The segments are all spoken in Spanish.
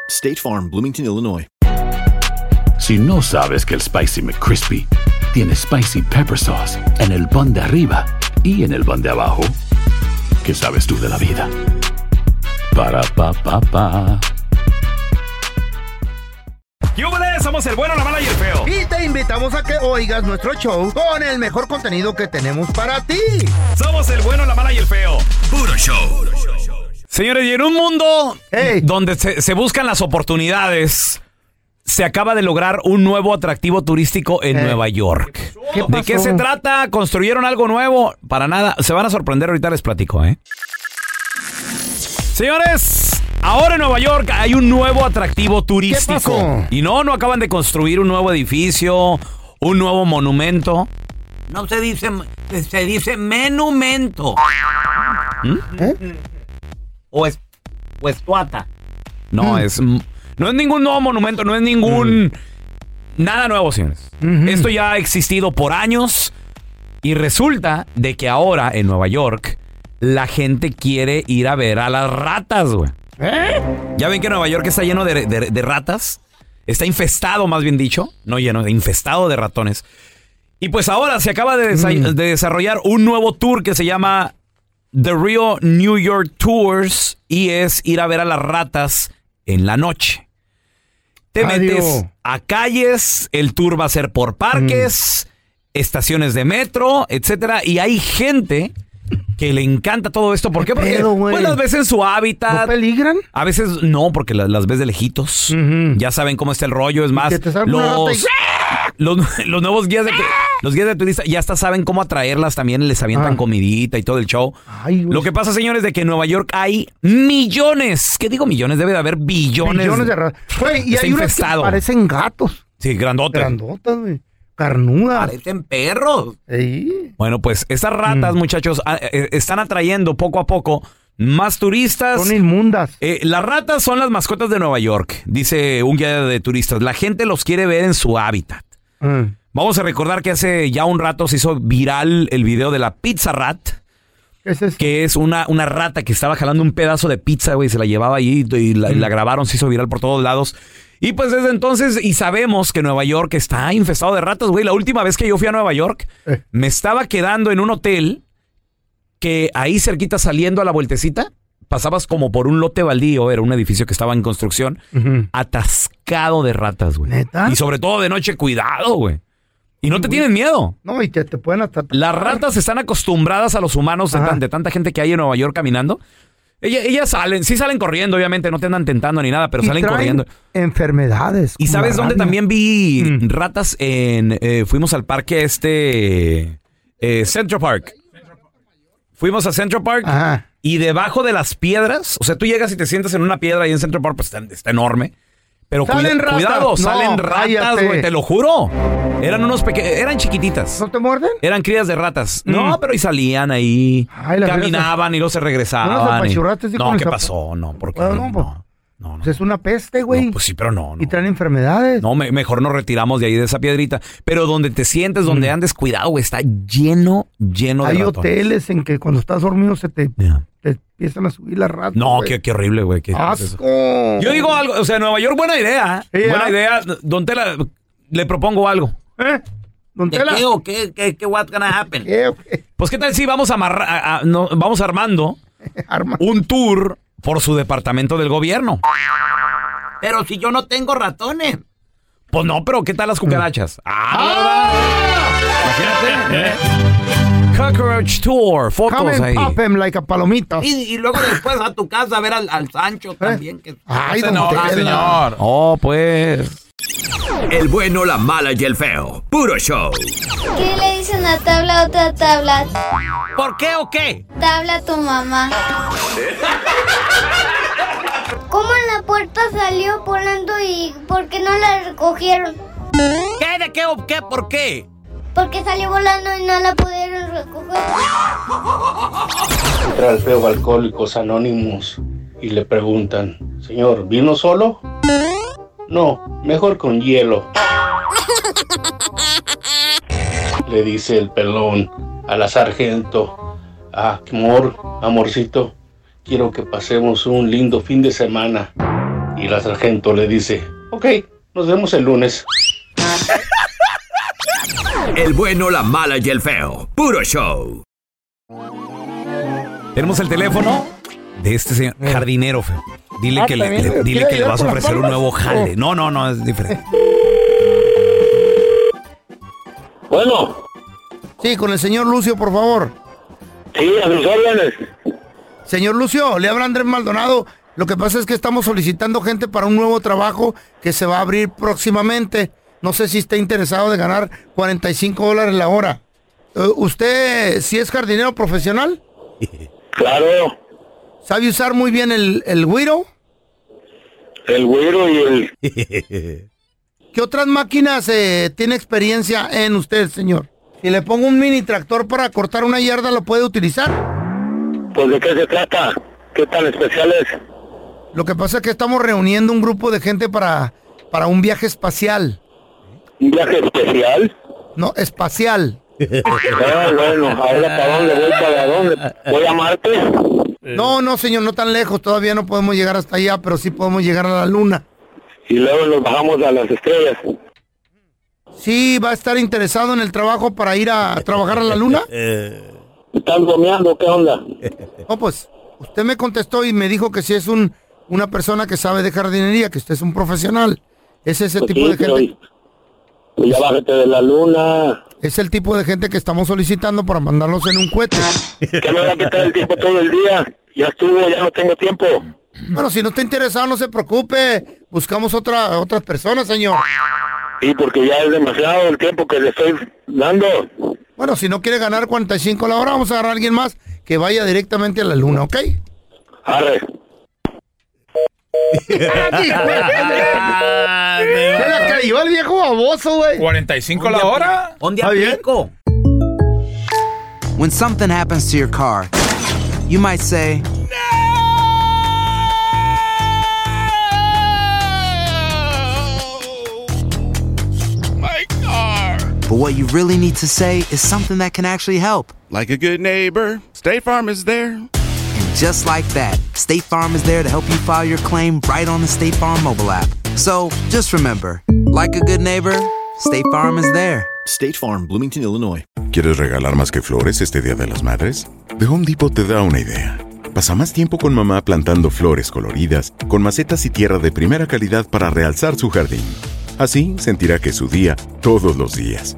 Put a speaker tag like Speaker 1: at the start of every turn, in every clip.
Speaker 1: State Farm, Bloomington, Illinois.
Speaker 2: Si no sabes que el Spicy McCrispy tiene Spicy Pepper Sauce en el pan de arriba y en el pan de abajo, ¿qué sabes tú de la vida? Para, pa, pa, pa.
Speaker 3: ¡Yúbales! Somos el bueno, la mala y el feo.
Speaker 4: Y te invitamos a que oigas nuestro show con el mejor contenido que tenemos para ti.
Speaker 3: Somos el bueno, la mala y el feo. Puro show. Señores, y en un mundo donde se, se buscan las oportunidades, se acaba de lograr un nuevo atractivo turístico en Nueva York. ¿De qué se trata? ¿Construyeron algo nuevo? Para nada. Se van a sorprender, ahorita les platico, ¿eh? Señores, ahora en Nueva York hay un nuevo atractivo turístico.
Speaker 4: pasó?
Speaker 3: Y no, no acaban de construir un nuevo edificio, un nuevo monumento.
Speaker 5: No se dice, se dice menumento.
Speaker 3: ¿Mm?
Speaker 5: ¿Eh? O es, Mm. o estuata.
Speaker 3: No, es. No es ningún nuevo monumento, no es ningún.
Speaker 5: Mm.
Speaker 3: Nada nuevo, señores.
Speaker 5: Mm-hmm.
Speaker 3: Esto ya ha existido por años. Y resulta de que ahora en Nueva York la gente quiere ir a ver a las ratas, güey. Ya ven que Nueva York está lleno de, de- de ratas. Está infestado, más bien dicho. No lleno, infestado de ratones. Y pues ahora se acaba de, desa- de desarrollar un nuevo tour que se llama The Rio New York Tours y es ir a ver a las ratas en la noche. Te metes
Speaker 4: Adiós.
Speaker 3: a calles, el tour va a ser por parques, estaciones de metro, etcétera, y hay gente que le encanta todo esto. ¿Por qué? Porque
Speaker 4: pedo, güey?
Speaker 3: pues, las ves en su
Speaker 4: ¿No
Speaker 3: hábitat.
Speaker 4: peligran?
Speaker 3: A veces no, porque la- las ves de lejitos. Ya saben cómo está el rollo. Es más,
Speaker 4: que te salga una rata ¡ah!
Speaker 3: los, los, los nuevos guías de, tu- los guías de turista ya hasta saben cómo atraerlas también. Les avientan
Speaker 4: Ah.
Speaker 3: comidita y todo el show.
Speaker 4: Ay, güey.
Speaker 3: Lo que pasa, señores, de que en Nueva York hay millones. ¿Qué digo millones? Debe de haber billones.
Speaker 4: Millones de ratas. Güey, y
Speaker 3: Está
Speaker 4: hay unas que
Speaker 3: infestado.
Speaker 4: parecen gatos.
Speaker 3: Sí, grandote.
Speaker 4: Grandotas, güey. Carnudas.
Speaker 5: Parecen perros.
Speaker 4: Ey.
Speaker 3: Bueno, pues estas ratas, muchachos, a- eh, están atrayendo poco a poco más turistas.
Speaker 4: Son inmundas.
Speaker 3: Eh, las ratas son las mascotas de Nueva York, dice un guía de turistas. La gente los quiere ver en su hábitat.
Speaker 4: Mm.
Speaker 3: Vamos a recordar que hace ya un rato se hizo viral el video de la Pizza Rat,
Speaker 4: Ese es
Speaker 3: que es una, una rata que estaba jalando un pedazo de pizza, güey, se la llevaba ahí y la, y la grabaron, se hizo viral por todos lados. Y pues desde entonces, y sabemos que Nueva York está infestado de ratas, güey. La última vez que yo fui a Nueva York,
Speaker 4: Eh.
Speaker 3: me estaba quedando en un hotel que ahí cerquita saliendo a la vueltecita, pasabas como por un lote baldío, era un edificio que estaba en construcción,
Speaker 4: Ujú.
Speaker 3: atascado de ratas, güey.
Speaker 4: ¿Neta?
Speaker 3: Y sobre todo de noche, cuidado, güey. Y no te tienen miedo.
Speaker 4: No, y te, te pueden hasta...
Speaker 3: Las ratas están acostumbradas a los humanos de,
Speaker 4: Ajá.
Speaker 3: tan- de tanta gente que hay en Nueva York caminando. Ella- ellas salen, sí salen corriendo, obviamente, no te andan tentando ni nada, pero
Speaker 4: y
Speaker 3: salen
Speaker 4: traen
Speaker 3: corriendo.
Speaker 4: enfermedades.
Speaker 3: ¿Y
Speaker 4: como
Speaker 3: sabes
Speaker 4: la
Speaker 3: dónde
Speaker 4: rabia.
Speaker 3: también vi
Speaker 4: Mm.
Speaker 3: ratas? En, eh, fuimos al parque este, eh, Central Park. Fuimos a Central Park
Speaker 4: Ajá.
Speaker 3: y debajo de las piedras, o sea, tú llegas y te sientas en una piedra ahí en Central Park, pues está, está enorme. Pero cuida-
Speaker 4: Salen ratas.
Speaker 3: cuidado,
Speaker 4: No,
Speaker 3: salen ratas,
Speaker 4: cállate.
Speaker 3: güey, te lo juro. Eran unos pequeños, eran chiquititas.
Speaker 4: ¿No te muerden?
Speaker 3: Eran crías de ratas.
Speaker 4: Mm.
Speaker 3: No, pero y salían ahí.
Speaker 4: Ay, las
Speaker 3: caminaban y luego se regresaban.
Speaker 4: ¿No las
Speaker 3: y-
Speaker 4: apachurraste así
Speaker 3: No,
Speaker 4: con el
Speaker 3: ¿qué
Speaker 4: zapato?
Speaker 3: pasó? No, porque
Speaker 4: Bueno,
Speaker 3: no,
Speaker 4: no, pues.
Speaker 3: no, no, no.
Speaker 4: Pues es una peste, güey.
Speaker 3: No, pues sí, pero no. no.
Speaker 4: Y traen enfermedades.
Speaker 3: No, me- mejor nos retiramos de ahí de esa piedrita. Pero donde te sientes, donde andes, cuidado, güey, está lleno, lleno de
Speaker 4: Mm. Hay
Speaker 3: ratones.
Speaker 4: hoteles en que cuando estás dormido se te,
Speaker 3: Ya.
Speaker 4: te empiezan a subir las ratas.
Speaker 3: No,
Speaker 4: güey.
Speaker 3: qué, qué horrible, güey. qué- qué es eso.
Speaker 4: asco.
Speaker 3: Yo digo algo, o sea, Nueva York, buena idea. ¿eh?
Speaker 4: Sí,
Speaker 3: buena
Speaker 4: ah.
Speaker 3: idea. Don Tela, le propongo algo.
Speaker 4: ¿Eh? Don
Speaker 5: ¿De
Speaker 4: Tela.
Speaker 5: qué o qué, qué, qué what's gonna happen?
Speaker 4: ¿Qué o qué?
Speaker 3: Pues, ¿qué tal si vamos, amarra- a- a- no, vamos armando
Speaker 4: Arma.
Speaker 3: un tour por su departamento del gobierno?
Speaker 5: Pero si yo no tengo ratones.
Speaker 3: Pues no, pero ¿qué tal las cucarachas?
Speaker 4: Mm.
Speaker 3: Ah,
Speaker 4: Ah.
Speaker 3: Imagínate. Cockroach
Speaker 4: Come
Speaker 3: Tour, fotos
Speaker 4: and
Speaker 3: ahí.
Speaker 4: pop 'em like a palomita.
Speaker 5: Y, y luego después a tu casa a ver al, al Sancho también. Que...
Speaker 4: Ay, don
Speaker 6: No,
Speaker 4: Tela.
Speaker 6: señor.
Speaker 3: Oh, pues.
Speaker 7: El bueno, la mala y el feo. Puro show.
Speaker 8: ¿Qué le dice una tabla a otra tabla?
Speaker 5: ¿Por qué o qué?
Speaker 8: Tabla a tu mamá. ¿Cómo la puerta salió volando y por qué no la recogieron?
Speaker 5: ¿Qué de qué o qué? ¿Por qué?
Speaker 8: Porque salió volando y no la pudieron recoger.
Speaker 9: entra el feo Alcohólicos Anónimos y le preguntan, señor, ¿vino solo? No, mejor con hielo. Le dice el pelón a la sargento, ah, amor, amorcito, quiero que pasemos un lindo fin de semana. Y la sargento le dice, ok, nos vemos el lunes.
Speaker 7: El bueno, la mala y el feo. Puro show.
Speaker 3: Tenemos el teléfono de este señor jardinero, feo. Dile
Speaker 4: Ah,
Speaker 3: que, le,
Speaker 4: también,
Speaker 3: le-
Speaker 4: ¿quiere
Speaker 3: dile que le
Speaker 4: ayudar
Speaker 3: vas a
Speaker 4: con Oh. las
Speaker 3: ofrecer un
Speaker 4: palmas?
Speaker 3: nuevo jale. No, no, no, es diferente.
Speaker 9: Bueno,
Speaker 4: Sí, con el señor Lucio, por favor.
Speaker 9: sí, a mis órdenes.
Speaker 4: Señor Lucio, le habla Andrés Maldonado. Lo que pasa es que estamos solicitando gente para un nuevo trabajo que se va a abrir próximamente. No sé si está interesado de ganar 45 dólares la hora. Eh, ¿Usted si es jardinero profesional?
Speaker 9: Claro,
Speaker 4: ¿Sabe usar muy bien el, el güiro?
Speaker 9: el güiro y el...
Speaker 4: ¿Qué otras máquinas eh, tiene experiencia en usted, señor? Si le pongo un mini tractor para cortar una yarda, ¿lo puede utilizar?
Speaker 9: Pues de qué se trata, qué tan especiales.
Speaker 4: Lo que pasa es que estamos reuniendo un grupo de gente para, para un viaje espacial.
Speaker 9: ¿Un viaje especial?
Speaker 4: No, espacial.
Speaker 9: Ah, bueno, ahora para dónde voy, para dónde. ¿Voy a Marte?
Speaker 4: No, no, señor, no tan lejos. Todavía no podemos llegar hasta allá, pero sí podemos llegar a la luna.
Speaker 9: Y luego nos bajamos a las estrellas.
Speaker 4: Sí, va a estar interesado en el trabajo para ir a trabajar a la luna.
Speaker 9: Eh. ¿Estás bromeando? ¿Qué onda?
Speaker 4: No, pues usted me contestó y me dijo que si es un una persona que sabe de jardinería, que usted es un profesional. Es ese
Speaker 9: Pues
Speaker 4: tipo
Speaker 9: sí,
Speaker 4: de
Speaker 9: pero
Speaker 4: gente,
Speaker 9: y- pues ya bájate de la luna.
Speaker 4: es el tipo de gente que estamos solicitando para mandarlos en un cohete.
Speaker 9: ¿Qué me va a quitar el tiempo todo el día? Ya estuvo, ya no tengo tiempo.
Speaker 4: Bueno, si no está interesado, no se preocupe. Buscamos otra otras personas, señor.
Speaker 9: Sí, porque ya es demasiado el tiempo que le estoy dando.
Speaker 4: Bueno, si no quiere ganar 45 la hora, vamos a agarrar a alguien más que vaya directamente a la luna, ¿ok?
Speaker 9: Arre.
Speaker 4: pues.
Speaker 3: Ah,
Speaker 4: Se la cayó el viejo baboso, güey.
Speaker 6: 45 la hora.
Speaker 5: ¿Dónde
Speaker 4: Está bien.
Speaker 5: aplico?
Speaker 10: When something happens to your car, you might say,
Speaker 11: My car.
Speaker 10: but what you really need to say is something that can actually help.
Speaker 11: Like a good neighbor, State Farm is there.
Speaker 10: And just like that, State Farm is there to help you file your claim right on the State Farm mobile app. So just remember, like a good neighbor, State Farm is there.
Speaker 1: State Farm, Bloomington, Illinois.
Speaker 2: ¿Quieres regalar más que flores este Día de las Madres? The Home Depot te da una idea. Pasa más tiempo con mamá plantando flores coloridas, con macetas y tierra de primera calidad para realzar su jardín. Así sentirá que es su día todos los días.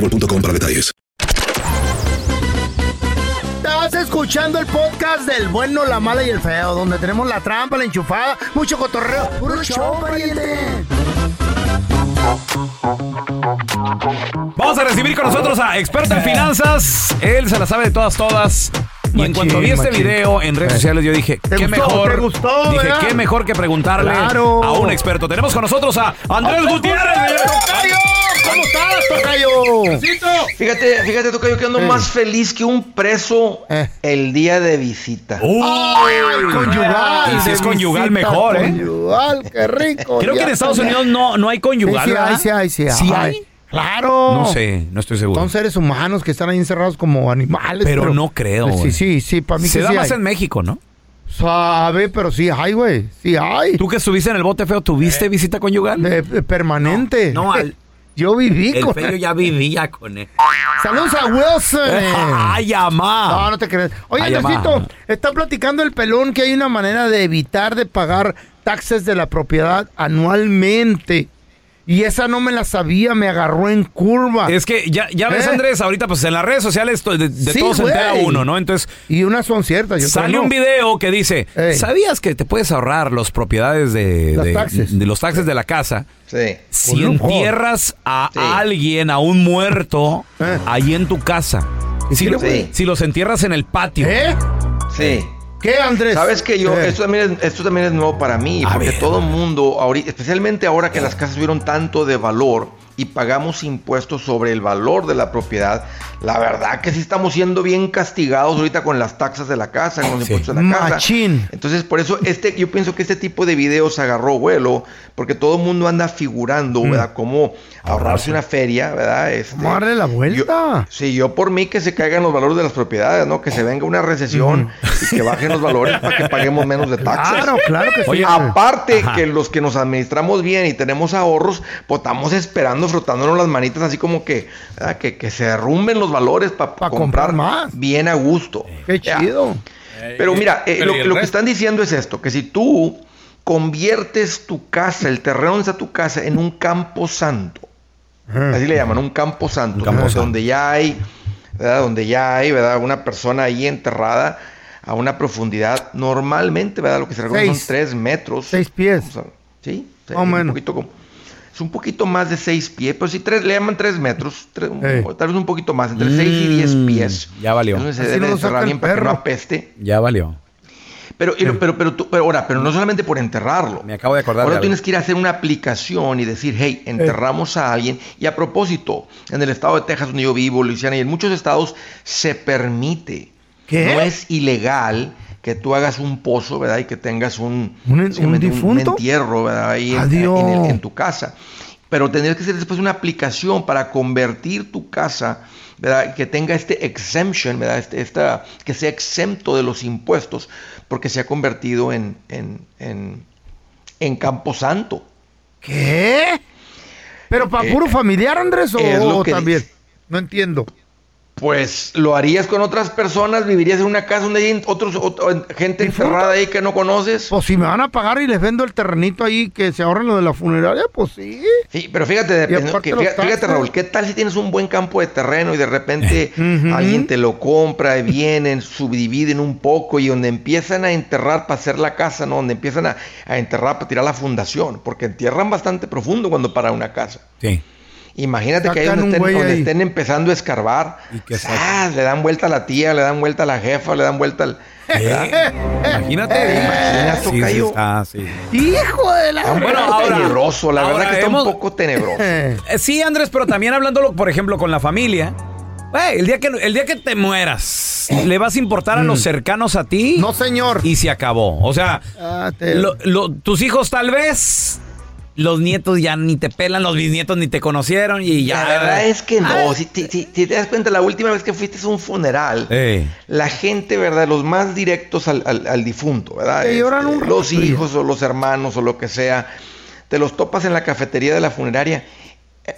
Speaker 1: para detalles.
Speaker 4: Estás escuchando el podcast del bueno, la mala y el feo, donde tenemos la trampa, la enchufada, mucho cotorreo. ¡Puro show, pariente!
Speaker 3: Vamos a recibir con nosotros a experto en finanzas. Él se la sabe de todas, todas. Y en cuanto vi este video en redes sociales, yo dije,
Speaker 4: ¿Te
Speaker 3: qué
Speaker 4: gustó?
Speaker 3: mejor.
Speaker 4: ¿Te gustó,
Speaker 3: dije,
Speaker 4: verdad?
Speaker 3: qué mejor que preguntarle
Speaker 4: Claro.
Speaker 3: a un experto. Tenemos con nosotros a Andrés Gutiérrez.
Speaker 4: ¡Tocayo! ¿Cómo estás, Tocayo?
Speaker 6: Fíjate, fíjate, Tocayo, que ando más feliz que un preso el día de visita.
Speaker 4: ¡Ay, conyugal!
Speaker 3: Y si es
Speaker 4: De
Speaker 3: conyugal,
Speaker 4: visita,
Speaker 3: mejor, ¿eh?
Speaker 4: Conyugal, qué rico.
Speaker 3: Creo que en
Speaker 4: Ya.
Speaker 3: Estados Unidos no, no hay conyugal.
Speaker 4: Sí, sí hay,
Speaker 3: ¿verdad?
Speaker 4: sí hay, sí hay.
Speaker 3: hay?
Speaker 4: Claro.
Speaker 3: No sé, no estoy seguro.
Speaker 4: Son seres humanos que están ahí encerrados como animales.
Speaker 3: Pero no creo,
Speaker 4: Sí,
Speaker 3: güey.
Speaker 4: sí, sí, para mí
Speaker 3: Se
Speaker 4: que
Speaker 3: da
Speaker 4: sí
Speaker 3: más
Speaker 4: hay.
Speaker 3: en México, ¿no?
Speaker 4: Sabe, pero sí hay, güey. Sí hay.
Speaker 3: Tú que estuviste en el bote feo,
Speaker 4: Eh.
Speaker 3: ¿tuviste visita conyugal?
Speaker 4: De- de permanente.
Speaker 5: No, no, al-
Speaker 4: Yo viví
Speaker 5: El
Speaker 4: con...
Speaker 5: feo ya vivía con él.
Speaker 4: Saludos a Wilson.
Speaker 3: ¡Ay, amá!
Speaker 4: No, no te creas. Oye,
Speaker 3: Ah. Ay, amá.
Speaker 4: Andresito, está platicando el pelón que hay una manera de evitar de pagar taxes de la propiedad anualmente. Y esa no me la sabía, me agarró en curva.
Speaker 3: Es que ya, ya ves,
Speaker 4: ¿Eh?
Speaker 3: Andrés, ahorita pues en las redes sociales to- de, de
Speaker 4: Sí,
Speaker 3: todo se entera
Speaker 4: güey.
Speaker 3: uno, ¿no? Entonces
Speaker 4: Y unas son ciertas. yo
Speaker 3: sale
Speaker 4: creo,
Speaker 3: un
Speaker 4: ¿no?
Speaker 3: video que dice,
Speaker 4: Ey.
Speaker 3: ¿sabías que te puedes ahorrar los propiedades de,
Speaker 4: Los
Speaker 3: de-
Speaker 4: taxes.
Speaker 3: de los taxes de la casa?
Speaker 6: Sí.
Speaker 3: Si
Speaker 4: Con lujo.
Speaker 3: entierras a
Speaker 6: Sí.
Speaker 3: alguien, a un muerto,
Speaker 4: Eh.
Speaker 3: ahí en tu casa. Si, lo-
Speaker 6: Sí.
Speaker 3: si los entierras en el patio.
Speaker 4: ¿Eh?
Speaker 6: Sí.
Speaker 4: ¿Qué, Andrés?
Speaker 6: Sabes que yo,
Speaker 4: Eh,
Speaker 6: esto también es, esto también es nuevo para mí,
Speaker 3: A
Speaker 6: porque
Speaker 3: ver.
Speaker 6: todo el mundo, ahorita, especialmente ahora que las casas subieron tanto de valor y pagamos impuestos sobre el valor de la propiedad, la verdad que sí estamos siendo bien castigados ahorita con las taxas de la casa, con los
Speaker 3: Sí.
Speaker 6: impuestos de la casa.
Speaker 4: Machín.
Speaker 6: Entonces, por eso este, yo pienso que este tipo de videos agarró vuelo, porque todo el mundo anda figurando, ¿verdad? Cómo ahorrarse una feria, ¿verdad? Este,
Speaker 4: Mm. ¿Cómo darle la vuelta?
Speaker 6: Sí, yo por mí que se caigan los valores de las propiedades, ¿no? Que se venga una recesión y que bajen los valores para que paguemos menos de taxes. Ah,
Speaker 4: Claro, Ah, claro que sí.
Speaker 3: Oye, ah.
Speaker 6: Aparte
Speaker 3: Ajá.
Speaker 6: que los que nos administramos bien y tenemos ahorros, pues estamos esperando, frotándonos las manitas así como que, ¿verdad? que, que se derrumben los valores para
Speaker 4: Pa' comprar
Speaker 6: comprar,
Speaker 4: más.
Speaker 6: bien a gusto.
Speaker 4: Qué
Speaker 6: Ya.
Speaker 4: chido.
Speaker 6: Pero mira, eh,
Speaker 3: Pero
Speaker 6: lo,
Speaker 3: ¿y el
Speaker 6: que- lo que
Speaker 3: resto?
Speaker 6: están diciendo es esto, que si tú conviertes tu casa, el terreno donde está tu casa, en un campo santo, así le llaman, un campo santo,
Speaker 3: campo
Speaker 6: ¿no?
Speaker 3: santo.
Speaker 6: donde ya hay, ¿verdad? Donde ya hay, ¿verdad? Una persona ahí enterrada a una profundidad normalmente, ¿verdad? Lo que se reconoce
Speaker 4: Seis.
Speaker 6: son tres metros.
Speaker 4: Seis pies.
Speaker 6: O sea, sí, sí,
Speaker 4: Más o
Speaker 6: un
Speaker 4: menos.
Speaker 6: poquito como- Es un poquito más de seis pies, pero si tres, le llaman tres metros, tres-
Speaker 4: Ey.
Speaker 6: o tal vez un poquito más, entre seis y diez
Speaker 3: Mm,
Speaker 6: pies.
Speaker 3: ya valió.
Speaker 6: Es donde se
Speaker 4: Así
Speaker 6: debe
Speaker 4: no lo saca
Speaker 6: enterrar
Speaker 4: el
Speaker 6: bien para que no
Speaker 4: perro.
Speaker 6: apeste.
Speaker 3: Ya valió.
Speaker 6: Pero, pero, pero, pero, tú- pero ahora, pero no solamente por enterrarlo.
Speaker 3: Me acabo de acordar de
Speaker 6: Ahora
Speaker 3: algo. Eh.
Speaker 6: tienes que ir a hacer una aplicación y decir, hey, enterramos a alguien. Y a propósito, en el estado de Texas donde yo vivo, Luisiana, y en muchos estados se permite.
Speaker 4: ¿Qué?
Speaker 6: No es ilegal que tú hagas un pozo, ¿verdad? Y que tengas un,
Speaker 4: ¿Un- un
Speaker 6: básicamente
Speaker 4: difunto?
Speaker 6: entierro, ¿verdad? Ahí en,
Speaker 4: Adiós.
Speaker 6: en el- en tu casa. Pero tendrías que hacer después una aplicación para convertir tu casa, ¿verdad? Que tenga este exemption, ¿verdad? Este- esta, que sea exento de los impuestos, porque se ha convertido en, en, en, en Campo Santo.
Speaker 4: ¿Qué? ¿Pero para
Speaker 6: Eh,
Speaker 4: puro familiar, Andrés, o,
Speaker 6: es lo
Speaker 4: o
Speaker 6: que
Speaker 4: también?
Speaker 6: dice.
Speaker 4: No entiendo.
Speaker 6: Pues lo harías con otras personas, vivirías en una casa donde hay otros, ot-
Speaker 4: ¿Difuntos?
Speaker 6: gente enterrada ahí que no conoces.
Speaker 4: Pues si me van a pagar y les vendo el terrenito ahí que se ahorren lo de la funeraria, pues sí.
Speaker 6: Sí, pero fíjate, dependiendo-
Speaker 4: aparte
Speaker 6: que-
Speaker 4: los
Speaker 6: fíjate, fíjate,
Speaker 4: taxes.
Speaker 6: Raúl, ¿qué tal si tienes un buen campo de terreno y de repente
Speaker 4: Ujú.
Speaker 6: alguien te lo compra y vienen, subdividen un poco y donde empiezan a enterrar para hacer la casa, ¿no? Donde empiezan a, a enterrar para tirar la fundación, porque entierran bastante profundo cuando para una casa.
Speaker 3: Sí.
Speaker 6: Imagínate que ahí
Speaker 4: Sacan
Speaker 6: donde,
Speaker 4: un
Speaker 6: estén,
Speaker 4: güey
Speaker 6: donde
Speaker 4: ahí.
Speaker 6: estén empezando a escarbar,
Speaker 3: Y que
Speaker 6: ¡zas!
Speaker 3: sacan.
Speaker 6: le dan vuelta a la tía, le dan vuelta a la jefa, le dan vuelta al...
Speaker 3: ¿Eh? Imagínate.
Speaker 4: Eh.
Speaker 6: imaginas,
Speaker 3: Sí, sí,
Speaker 6: Tocayo?
Speaker 3: está, sí.
Speaker 4: ¡Hijo de la...
Speaker 3: Bueno,
Speaker 6: Está
Speaker 3: ahora-
Speaker 6: tenebroso, la
Speaker 3: ahora
Speaker 6: verdad que está
Speaker 3: hemos-
Speaker 6: un poco tenebroso.
Speaker 4: Eh,
Speaker 3: Eh, Sí, Andrés, pero también hablándolo, por ejemplo, con la familia. Güey, el, día que, el día que te mueras, le vas a importar a los cercanos a ti.
Speaker 4: Mm. No, señor.
Speaker 3: Y se acabó. O sea,
Speaker 4: Ah, te-
Speaker 3: lo- lo- tus hijos tal vez, los nietos ya ni te pelan, los bisnietos ni te conocieron y ya. Ah.
Speaker 6: La verdad es que no. Si, si- si- si te das cuenta, la última vez que fuiste a un funeral,
Speaker 3: Ey.
Speaker 6: la gente, ¿verdad? Los más directos al, al- al difunto, ¿verdad? Este,
Speaker 4: Te lloran un
Speaker 6: los
Speaker 4: rato y ya.
Speaker 6: hijos o los hermanos o lo que sea. Te los topas en la cafetería de la funeraria.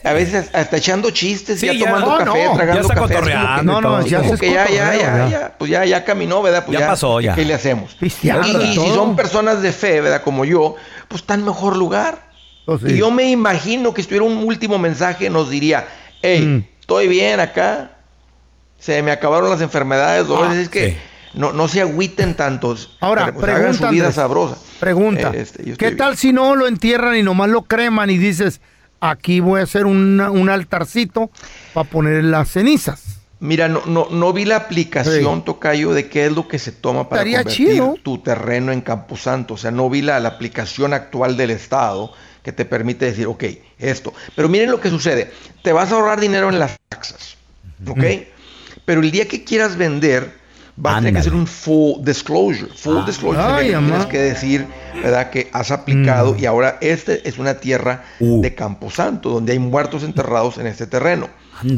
Speaker 6: A a veces hasta echando chistes,
Speaker 3: Sí,
Speaker 6: ya,
Speaker 3: ya-
Speaker 6: tomando
Speaker 3: no,
Speaker 6: café,
Speaker 3: no,
Speaker 6: tragando
Speaker 3: ya está
Speaker 6: café. así como que-
Speaker 3: cotorreando
Speaker 4: y No, no, todo. ya
Speaker 6: como
Speaker 4: se
Speaker 6: que ya, ya,
Speaker 4: cotorreo,
Speaker 6: ya,
Speaker 4: ya.
Speaker 6: ya, pues ya, ya caminó, ¿verdad? Pues
Speaker 3: Ya pasó, ya.
Speaker 6: ¿Qué le hacemos? Y,
Speaker 4: Pisteando
Speaker 6: y
Speaker 4: y
Speaker 6: si
Speaker 4: todo.
Speaker 6: son personas de fe, ¿verdad? Como yo, pues está en mejor lugar.
Speaker 4: Pues sí.
Speaker 6: Y yo me imagino que si tuviera un último mensaje nos diría, hey,
Speaker 4: Mm.
Speaker 6: estoy bien acá, se me acabaron las enfermedades, dolores, es que
Speaker 3: sí.
Speaker 6: no, no se agüiten tantos.
Speaker 4: Ah, Ahora,
Speaker 6: pero, pues, hagan su
Speaker 4: pregunta,
Speaker 6: vida
Speaker 4: Andrés.
Speaker 6: sabrosa.
Speaker 4: Pregunta.
Speaker 6: Eh, este, yo
Speaker 4: ¿Qué
Speaker 6: estoy
Speaker 4: tal si no lo entierran y nomás lo creman y dices, aquí voy a hacer una- un altarcito para poner las cenizas?
Speaker 6: bien. Mira, no, no, no vi la aplicación, Tocayo, de qué es lo que se toma para
Speaker 4: Estaría
Speaker 6: convertir
Speaker 4: chido.
Speaker 6: tu terreno en Camposanto. O sea, no vi la, la aplicación actual del Estado que te permite decir, ok, esto. Pero miren lo que sucede. Te vas a ahorrar dinero en las taxas, ¿ok? Pero el día que quieras vender, vas a tener que hacer un full disclosure. Full
Speaker 12: Ah.
Speaker 6: disclosure.
Speaker 12: Ay,
Speaker 6: significa que tienes
Speaker 12: amá.
Speaker 6: que decir, ¿verdad? Que has
Speaker 3: Mm.
Speaker 6: aplicado y ahora este es una tierra
Speaker 3: Uh.
Speaker 6: de Camposanto, donde hay muertos enterrados en este terreno.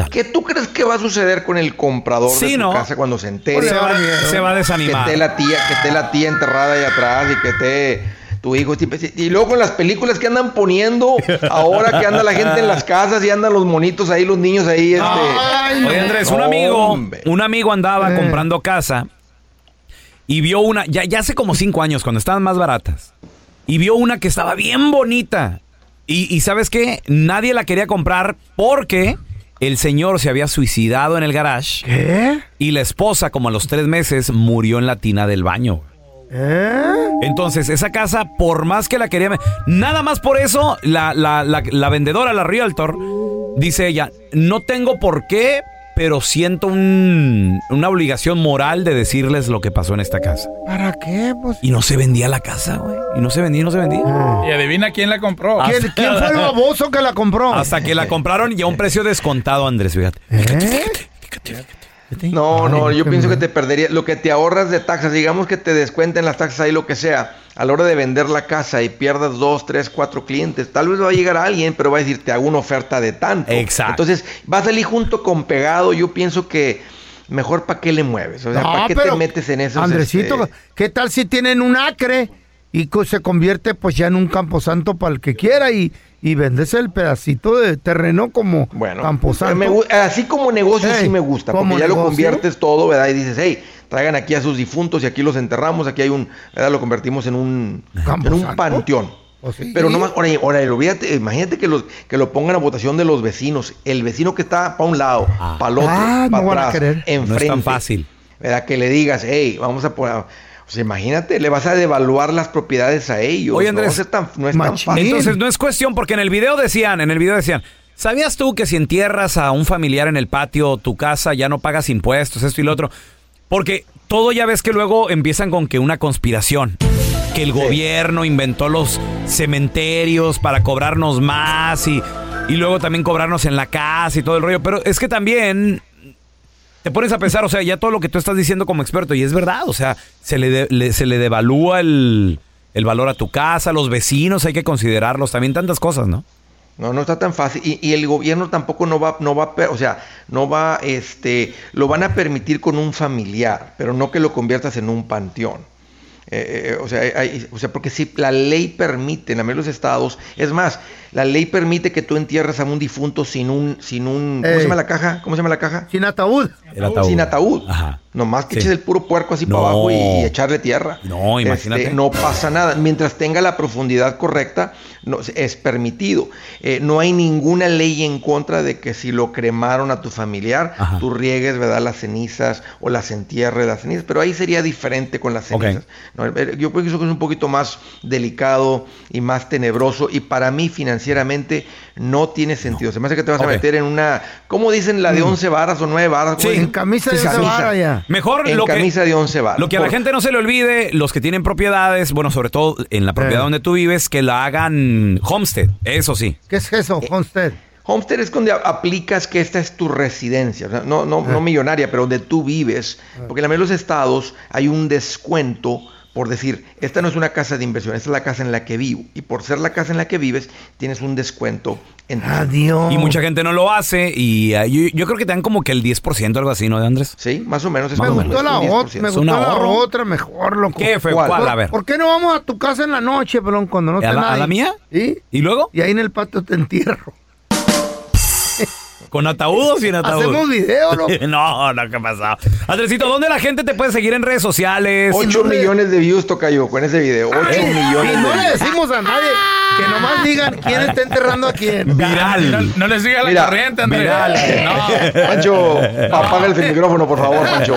Speaker 6: ¿Qué tú crees que va a suceder con el comprador
Speaker 3: Sí,
Speaker 6: de su
Speaker 3: ¿no?
Speaker 6: casa cuando se entere?
Speaker 3: Se va- se va a desanimar.
Speaker 6: Que esté la tía, que esté la tía enterrada ahí atrás y que esté tu hijo. pues, Y luego con las películas que andan poniendo, ahora que anda la gente en las casas y andan los monitos ahí, los niños ahí. Este,
Speaker 3: Oye, Andrés, un
Speaker 6: No,
Speaker 3: amigo,
Speaker 6: hombre. Eh.
Speaker 3: un amigo andaba comprando casa y vio una, ya, ya hace como cinco años, cuando estaban más baratas, y vio una que estaba bien bonita. Y, y ¿sabes qué? Nadie la quería comprar porque el señor se había suicidado en el garage. Y la esposa, como a los tres meses, murió en la tina del baño.
Speaker 4: ¿Eh?
Speaker 3: Entonces, esa casa, por más que la quería... Nada más por eso, la, la- la- la vendedora, la realtor, dice ella, no tengo por qué, pero siento un- una obligación moral de decirles lo que pasó en esta casa.
Speaker 4: ¿Para qué? Pues.
Speaker 3: Y no se vendía la casa, güey. Y no se vendía, y no se vendía.
Speaker 13: Y adivina quién la compró.
Speaker 3: ¿Quién- quién fue el
Speaker 4: baboso que la compró? ¿Eh?
Speaker 3: Hasta que la compraron y a un precio descontado, Andrés, fíjate.
Speaker 6: No, no,
Speaker 3: Ay,
Speaker 6: yo
Speaker 3: qué
Speaker 6: pienso que te perdería lo que te ahorras de taxas, digamos que te descuenten las taxas ahí lo que sea, a la hora de vender la casa y pierdas dos, tres, cuatro clientes, tal vez va a llegar alguien, pero va a decir te hago una oferta de tanto. Exacto. Entonces va a salir junto con pegado, yo pienso que mejor para qué le mueves, o sea,
Speaker 4: No,
Speaker 6: para qué
Speaker 4: pero,
Speaker 6: te metes en este, eso.
Speaker 4: Andresito, ¿qué tal si tienen un acre y co- se convierte pues ya en un camposanto para el que quiera y, y vendes el pedacito de terreno como camposanto?
Speaker 6: Me gu- así como negocio
Speaker 4: Ey,
Speaker 6: sí me gusta,
Speaker 4: como
Speaker 6: porque ya lo
Speaker 4: negocio.
Speaker 6: conviertes todo, ¿verdad? Y dices, hey, traigan aquí a sus difuntos y aquí los enterramos, aquí hay un, ¿verdad? Lo convertimos en un, en un panteón. Pero no más, ahora, ahora, olvídate, imagínate que, los, que lo pongan a votación de los vecinos, el vecino que está para un lado, para el otro,
Speaker 3: Ah,
Speaker 6: para
Speaker 3: no van a
Speaker 6: atrás,
Speaker 3: querer.
Speaker 6: enfrente.
Speaker 3: No es tan fácil.
Speaker 6: ¿Verdad? Que le digas, hey, vamos a poner... O sea, imagínate, le vas a devaluar las propiedades a ellos.
Speaker 3: Oye,
Speaker 6: no va a
Speaker 3: Andrés,
Speaker 6: ser tan- no es tan fácil.
Speaker 3: Entonces no es cuestión, porque en el video decían, en el video decían, ¿sabías tú que si entierras a un familiar en el patio, tu casa, ya no pagas impuestos, esto y lo otro? Porque todo ya ves que luego empiezan con que una conspiración, que el gobierno inventó los cementerios para cobrarnos más y, y luego también cobrarnos en la casa y todo el rollo. Pero es que también te pones a pensar, o sea, ya todo lo que tú estás diciendo como experto, y es verdad, o sea, se le, de- le- se le devalúa el, el valor a tu casa, los vecinos, hay que considerarlos, también tantas cosas, ¿no?
Speaker 6: No, no está tan fácil. Y, y el gobierno tampoco no va, no va, a per- o sea, no va, este, lo van a permitir con un familiar, pero no que lo conviertas en un panteón. Eh, eh, o, sea, hay- o sea, porque si la ley permite, en la mayoría de los estados, es más, la ley permite que tú entierres a un difunto sin un, sin un, ¿cómo
Speaker 4: Ey.
Speaker 6: se llama la caja? ¿Cómo se llama la caja?
Speaker 4: Sin ataúd.
Speaker 3: El ataúd.
Speaker 6: Sin ataúd. Nomás que
Speaker 3: Sí.
Speaker 6: eches el puro puerco así
Speaker 3: No.
Speaker 6: para abajo y, y echarle tierra. Este,
Speaker 3: No, imagínate.
Speaker 6: no pasa nada. Mientras tenga la profundidad correcta, no, es permitido. Eh, no hay ninguna ley en contra de que si lo cremaron a tu familiar, tú riegues, ¿verdad? Las cenizas o las entierres, las cenizas. Pero ahí sería diferente con las cenizas. No, eh, yo pienso que es un poquito más delicado y más tenebroso. Y para mí, financieramente, no tiene sentido. Se me hace que te vas
Speaker 3: Ok.
Speaker 6: a meter en una. ¿Cómo dicen la de
Speaker 3: Mm.
Speaker 6: 11 varas o 9 varas?
Speaker 3: Sí. En camisa de
Speaker 6: En
Speaker 3: once
Speaker 6: camisa.
Speaker 3: varas ya. Mejor
Speaker 6: En
Speaker 3: lo que-
Speaker 6: camisa de 11 varas.
Speaker 3: Lo que a la
Speaker 6: Por-
Speaker 3: gente no se le olvide, los que tienen propiedades, bueno, sobre todo en la propiedad donde tú vives, que la hagan homestead, eso sí.
Speaker 4: ¿Qué es eso,
Speaker 6: Eh,
Speaker 4: Homestead?
Speaker 6: Homestead es donde a- aplicas que esta es tu residencia, o sea, no, no, no millonaria, pero donde tú vives, porque en la mayoría de los estados hay un descuento por decir, esta no es una casa de inversión, esta es la casa en la que vivo, y por ser la casa en la que vives, tienes un descuento en tu-
Speaker 4: Ah.
Speaker 3: Y mucha gente no lo hace y eh, yo, yo creo que te dan como que el 10% algo así, ¿no, de Andrés?
Speaker 6: Sí, más o menos.
Speaker 4: Me gustó la otra, me gustó la otra mejor, loco.
Speaker 3: ¿Qué fue? ¿Cuál?
Speaker 4: ¿Por,
Speaker 3: A ver.
Speaker 4: ¿Por qué no vamos a tu casa en la noche, pelón, cuando no
Speaker 3: ¿A
Speaker 4: está
Speaker 3: la- a
Speaker 4: nadie?
Speaker 3: la mía?
Speaker 4: ¿Sí?
Speaker 3: ¿Y luego?
Speaker 4: Y ahí en el patio te entierro.
Speaker 3: ¿Con ataúd o sin ataúd?
Speaker 4: Hacemos video, ¿no?
Speaker 3: no, no, ¿qué pasado? Andresito, ¿dónde la gente te puede seguir en redes sociales?
Speaker 6: 8 millones de views Tocayo, con ese video, 8
Speaker 4: Eh,
Speaker 3: Ey,
Speaker 6: millones
Speaker 4: Y
Speaker 6: de
Speaker 4: no
Speaker 6: views.
Speaker 4: le decimos a nadie que nomás digan quién está enterrando a quién.
Speaker 3: Viral.
Speaker 13: No, no le siga la
Speaker 6: Mira,
Speaker 13: corriente, Andrés.
Speaker 6: Pancho, apaga el micrófono, por favor, Pancho.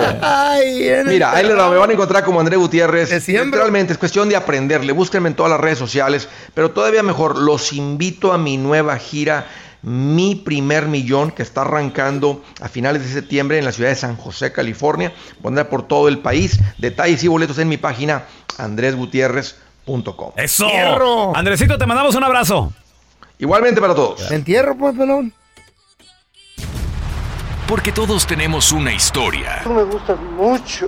Speaker 6: Mira, ahí le me van a encontrar como André Gutiérrez. Realmente es cuestión de aprenderle. Búsquenme en todas las redes sociales, pero todavía mejor, los invito a mi nueva gira Mi primer millón que está arrancando a finales de septiembre en la ciudad de San José, California. Pondrá por todo el país. Detalles y boletos en mi página andresgutierrez.com.
Speaker 3: ¡Eso! Andresito, te mandamos un abrazo.
Speaker 6: Igualmente para todos.
Speaker 4: Entierro, pues, pelón.
Speaker 12: Porque todos tenemos una historia.
Speaker 14: me gusta mucho.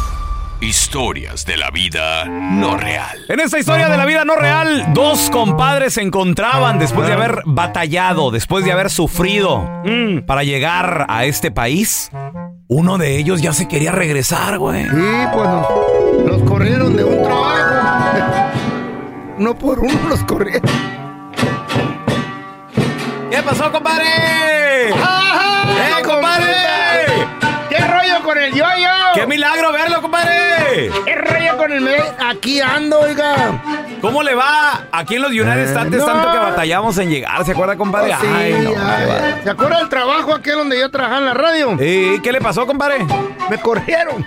Speaker 12: historias de la vida no real.
Speaker 3: En esta historia de la vida no real, dos compadres se encontraban después de haber batallado, después de haber sufrido
Speaker 4: Mm.
Speaker 3: para llegar a este país. Uno de ellos ya se quería regresar, güey.
Speaker 4: Sí, pues los corrieron de un trabajo. No por uno los corrieron.
Speaker 3: ¿Qué pasó, compadre? ¡Eh, compadre!
Speaker 4: ¿Qué rollo con el yoyo?
Speaker 3: ¡Qué milagro verlo, compadre!
Speaker 4: ¿Qué rollo con el mes? Aquí ando, oiga.
Speaker 3: ¿Cómo le va? Aquí en los United States
Speaker 4: Eh, no. Oh,
Speaker 3: tanto que batallamos en llegar, ¿se acuerda, compadre?
Speaker 4: Sí, ay, ¿Se acuerda del trabajo aquel donde yo trabajaba en la radio?
Speaker 3: ¿Y qué le pasó, compadre?
Speaker 4: Me corrieron.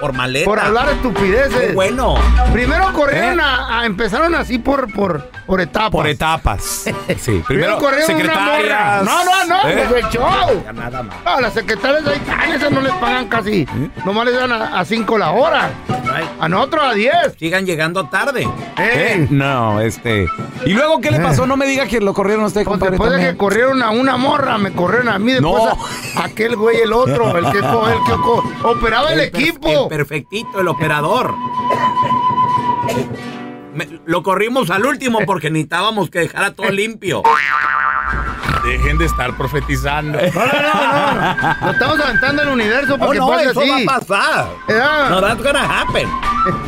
Speaker 3: Por maleta.
Speaker 4: Por hablar estupideces.
Speaker 3: Qué bueno.
Speaker 4: Primero corrieron a, a- empezaron así por, por, por etapas.
Speaker 3: Por etapas. Sí. Primero,
Speaker 4: corrieron una morra.
Speaker 3: secretarias.
Speaker 4: No, no, no,
Speaker 3: ¿Eh?
Speaker 4: pues el show.
Speaker 3: Ya nada más.
Speaker 4: No, las secretarias ahí están, esas no les pagan casi. Nomás les dan a 5 la hora. A nosotros a 10.
Speaker 3: Sigan llegando tarde.
Speaker 4: Eh.
Speaker 3: ¿Eh? No, este. ¿Y luego
Speaker 5: Eh.
Speaker 3: qué le pasó? No me diga que lo corrieron a
Speaker 5: Pues
Speaker 3: usted, compadre.
Speaker 4: Después de que
Speaker 3: también.
Speaker 4: corrieron a una morra, me corrieron a mí. Después
Speaker 3: No.
Speaker 4: a- a aquel güey, el otro, el que, co- el que co- operaba el, equipo.
Speaker 5: perfectito, el operador. Me- lo corrimos al último porque necesitábamos que dejara todo limpio.
Speaker 13: Dejen de estar profetizando.
Speaker 4: Lo estamos aventando el universo para
Speaker 5: Oh,
Speaker 4: que
Speaker 5: no,
Speaker 4: pase
Speaker 5: eso
Speaker 4: así.
Speaker 5: va a pasar.
Speaker 4: Eh,
Speaker 5: No, that's gonna happen.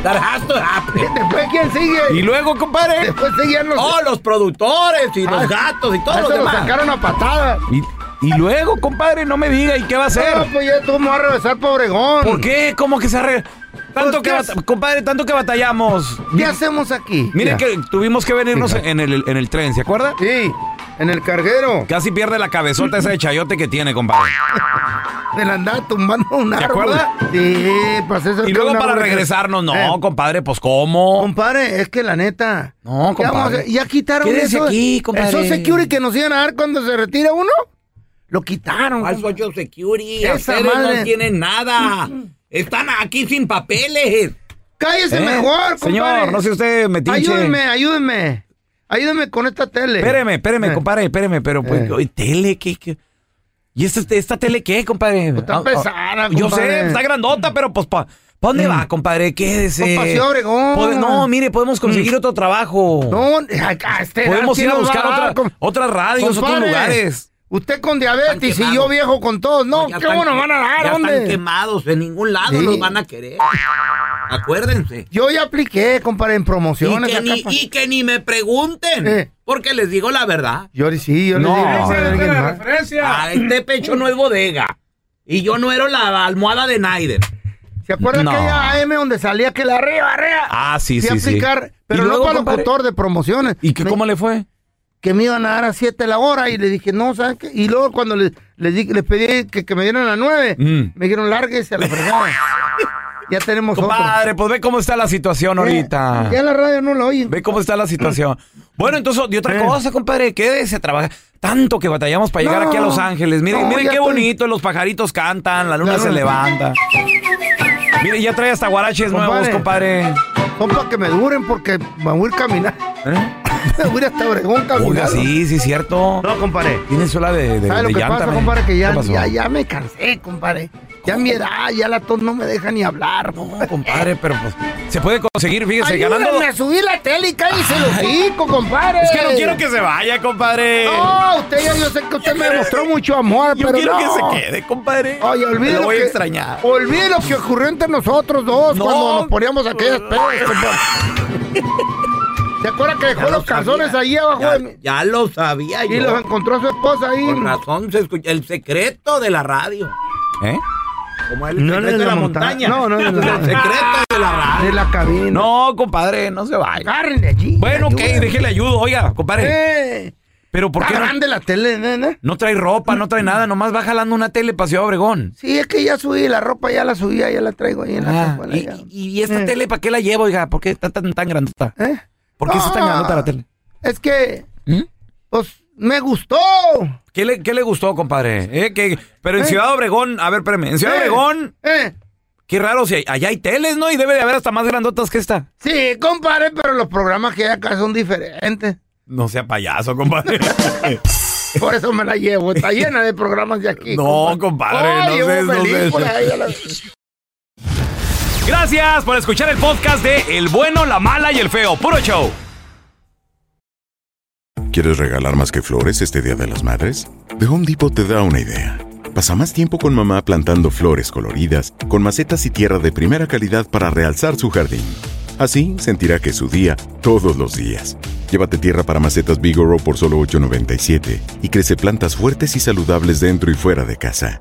Speaker 5: That has to happen.
Speaker 4: Después, ¿quién sigue?
Speaker 3: Y luego, compadre.
Speaker 4: Después seguían los...
Speaker 5: Oh, los productores y
Speaker 4: Ah,
Speaker 5: los gatos y todos
Speaker 4: eso
Speaker 5: los
Speaker 4: lo
Speaker 5: demás.
Speaker 4: sacaron a patadas.
Speaker 3: Y, y luego, compadre, no me diga, ¿y qué va a
Speaker 4: No,
Speaker 3: hacer?
Speaker 4: pues ya tú me vas a regresar para Obregón.
Speaker 3: ¿Por qué? ¿Cómo que se arregla?
Speaker 4: Pues,
Speaker 3: Tanto que,
Speaker 4: ¿qué
Speaker 3: bata- compadre, tanto que batallamos.
Speaker 4: ¿Qué hacemos aquí? Mira.
Speaker 3: Mire que tuvimos que venirnos en el, en el tren, ¿se acuerda?
Speaker 4: Sí, en el carguero.
Speaker 3: Casi pierde la cabezota esa de chayote que tiene, compadre.
Speaker 4: Me la andaba tumbando un
Speaker 3: ¿Te
Speaker 4: árbol.
Speaker 3: acuerdas?
Speaker 4: Sí, pues eso es que
Speaker 3: Y luego
Speaker 4: un
Speaker 3: para
Speaker 4: árbol-
Speaker 3: regresarnos, no,
Speaker 4: Eh,
Speaker 3: compadre, pues ¿cómo?
Speaker 4: compadre, es que la neta.
Speaker 3: No,
Speaker 4: ¿qué vamos a
Speaker 3: compadre.
Speaker 4: hacer? ya quitaron
Speaker 3: Quédese
Speaker 4: eso.
Speaker 3: aquí, compadre.
Speaker 4: Eso security que nos iban a dar cuando se retira uno. Lo quitaron.
Speaker 5: Al
Speaker 4: compadre.
Speaker 5: Social Security,
Speaker 4: Esa
Speaker 5: ustedes no
Speaker 4: madre. Mm-hmm.
Speaker 5: tienen nada. Están aquí sin papeles.
Speaker 4: Cállese
Speaker 3: Eh,
Speaker 4: mejor, compadre.
Speaker 3: Señor, no sé usted metiche.
Speaker 4: Ayúdeme, ayúdeme. Ayúdeme con esta tele.
Speaker 3: Espéreme, espéreme,
Speaker 4: Eh,
Speaker 3: compadre, espéreme, pero pues, oye, tele, ¿qué? qué? ¿Y esta, esta tele qué, compadre?
Speaker 4: Pues Está
Speaker 3: Ah, ah,
Speaker 4: pesada,
Speaker 3: Yo
Speaker 4: compadre. Mm.
Speaker 3: sé, está grandota, pero pues, ¿para dónde va, compadre? Quédese.
Speaker 4: Pues, pa' Ciudad Obregón. Mm.
Speaker 3: Pod- no, mire, podemos conseguir otro trabajo.
Speaker 4: No, a- a este
Speaker 3: podemos
Speaker 4: edad,
Speaker 3: ir a
Speaker 4: ¿quién nos
Speaker 3: buscar
Speaker 4: va dar,
Speaker 3: otra,
Speaker 4: com-
Speaker 3: otras radios, otros
Speaker 4: Compadre,
Speaker 3: lugares.
Speaker 4: Usted con diabetes
Speaker 5: Están
Speaker 4: y yo
Speaker 5: quemados.
Speaker 4: viejo con todos. No,
Speaker 5: Ya
Speaker 4: ¿qué
Speaker 5: están-
Speaker 4: bueno van a dar?
Speaker 5: ya
Speaker 4: ¿Dónde?
Speaker 5: están quemados, en ningún lado
Speaker 4: Sí.
Speaker 5: los van a querer. Acuérdense.
Speaker 4: Yo ya apliqué, compadre, en
Speaker 5: Y
Speaker 4: promociones.
Speaker 5: que,
Speaker 4: acá
Speaker 5: ni,
Speaker 4: pa-
Speaker 5: y que ni me pregunten,
Speaker 4: Eh.
Speaker 5: porque les digo la verdad.
Speaker 4: Yo le- sí, yo
Speaker 3: No.
Speaker 4: le digo.
Speaker 3: Ese
Speaker 4: compadre, alguien más.
Speaker 5: Ah, este pecho no es bodega. Y yo no era la almohada de Naiden.
Speaker 4: ¿Se acuerdan
Speaker 3: No.
Speaker 4: aquella AM donde salía que la arriba, arriba?
Speaker 3: Ah, sí,
Speaker 4: Fui
Speaker 3: sí,
Speaker 4: a
Speaker 3: sí.
Speaker 4: aplicar, pero
Speaker 3: ¿Y
Speaker 4: no
Speaker 3: luego,
Speaker 4: para
Speaker 3: compadre?
Speaker 4: locutor de promociones.
Speaker 3: ¿Y qué,
Speaker 4: Me-
Speaker 3: cómo le fue?
Speaker 4: que me iban a dar a 7 la hora y le dije, no, ¿sabes qué? Y luego cuando les, les, di- les pedí que, que me dieran a 9,
Speaker 3: Mm.
Speaker 4: me dijeron, lárguese a la fregada. ya tenemos otro.
Speaker 3: Compadre, pues ve cómo está la situación ahorita.
Speaker 4: Ya la radio no la oyen.
Speaker 3: Ve cómo está la situación. Bueno, entonces, de otra
Speaker 4: Eh.
Speaker 3: cosa, compadre, quédese a trabajar. Tanto que batallamos para llegar
Speaker 4: No.
Speaker 3: aquí a Los Ángeles. Miren,
Speaker 4: No,
Speaker 3: miren
Speaker 4: ya
Speaker 3: qué
Speaker 4: estoy-
Speaker 3: bonito, los pajaritos cantan, la luna
Speaker 4: La
Speaker 3: se
Speaker 4: luna-
Speaker 3: levanta. Miren, ya trae hasta guaraches
Speaker 4: Compadre.
Speaker 3: nuevos, compadre.
Speaker 4: Son para que me duren porque me voy a ir caminar.
Speaker 3: ¿Eh?
Speaker 4: me voy a ir hasta Obregón
Speaker 3: Oiga,
Speaker 4: caminar.
Speaker 3: sí, sí, cierto.
Speaker 4: No, compadre.
Speaker 3: Tiene suela de, de,
Speaker 4: ¿Sabes
Speaker 3: de
Speaker 4: lo que
Speaker 3: llanta.
Speaker 4: pasa,
Speaker 3: men.
Speaker 4: compadre? Que ya,
Speaker 3: ¿Qué pasó?
Speaker 4: ya, ya me cansé, compadre. Ya mi edad, ya la tos no me deja ni hablar.
Speaker 3: No, compadre, pero pues se puede conseguir, fíjese,
Speaker 4: Ayúdenme
Speaker 3: ganando.
Speaker 4: a subir la tele y cállese los hocico, compadre.
Speaker 3: Es que no quiero que se vaya, compadre.
Speaker 4: No, usted ya yo sé que usted me demostró mucho amor,
Speaker 3: Yo
Speaker 4: pero no.
Speaker 3: quiero que se quede, compadre.
Speaker 4: Oye, olvide
Speaker 3: Lo
Speaker 4: lo
Speaker 3: voy
Speaker 4: que,
Speaker 3: a extrañar.
Speaker 4: Olvide lo que ocurrió entre nosotros dos
Speaker 3: No.
Speaker 4: cuando nos poníamos aquellas pedas, compadre. ¿Se acuerda que dejó
Speaker 5: Ya lo
Speaker 4: los calzones
Speaker 5: sabía.
Speaker 4: ahí abajo
Speaker 5: Ya,
Speaker 4: de mí?
Speaker 5: ya lo sabía
Speaker 4: Y
Speaker 5: yo.
Speaker 4: los encontró su esposa ahí.
Speaker 5: Con razón se escucha el secreto de la radio.
Speaker 3: ¿Eh?
Speaker 5: Como
Speaker 4: el No, secreto no es de de la la monta- montaña. no, no, no, no. El secreto
Speaker 5: de la radio.
Speaker 4: De la Ah, cabina.
Speaker 3: No, compadre, no se vaya.
Speaker 4: Agárrenle allí.
Speaker 3: Bueno, ok, déjele ayudo. Oiga,
Speaker 4: Eh,
Speaker 3: compadre. Pero ¿por qué no,
Speaker 4: de la tele, nena.
Speaker 3: no trae ropa, no trae nada? Nomás va jalando una tele para Ciudad Obregón.
Speaker 4: Sí, es que ya subí la ropa, ya la subí, ya la traigo ahí en la cajuela, ya.
Speaker 3: Ah, ¿Y, y esta tele para qué la llevo, oiga? ¿Por qué está tan, tan grandota? ¿Por qué está tan
Speaker 4: Ah.
Speaker 3: grandota la tele?
Speaker 4: Es que,
Speaker 3: ¿Mm?
Speaker 4: pues, me gustó.
Speaker 3: ¿Qué le, qué le gustó, compadre? ¿Eh? ¿Qué- Pero en
Speaker 4: Eh.
Speaker 3: Ciudad Obregón, a ver, espérame, en Ciudad
Speaker 4: Eh,
Speaker 3: Obregón,
Speaker 4: eh.
Speaker 3: qué raro, si hay- allá hay teles, ¿no? Y debe de haber hasta más grandotas que esta.
Speaker 4: Sí, compadre, pero los programas que hay acá son diferentes.
Speaker 3: No sea payaso, compadre.
Speaker 4: Por eso me la llevo. Está llena de programas de aquí.
Speaker 3: No, compadre, no sé, no sé. Gracias por escuchar el podcast de El bueno, la mala y el feo. Puro show.
Speaker 15: ¿Quieres regalar más que flores este Día de las Madres? The Home Depot te da una idea. Pasa más tiempo con mamá plantando flores coloridas, con macetas y tierra de primera calidad para realzar su jardín. Así sentirá que es su día todos los días. Llévate tierra para macetas Bigoro por solo $8.97 y crece plantas fuertes y saludables dentro y fuera de casa.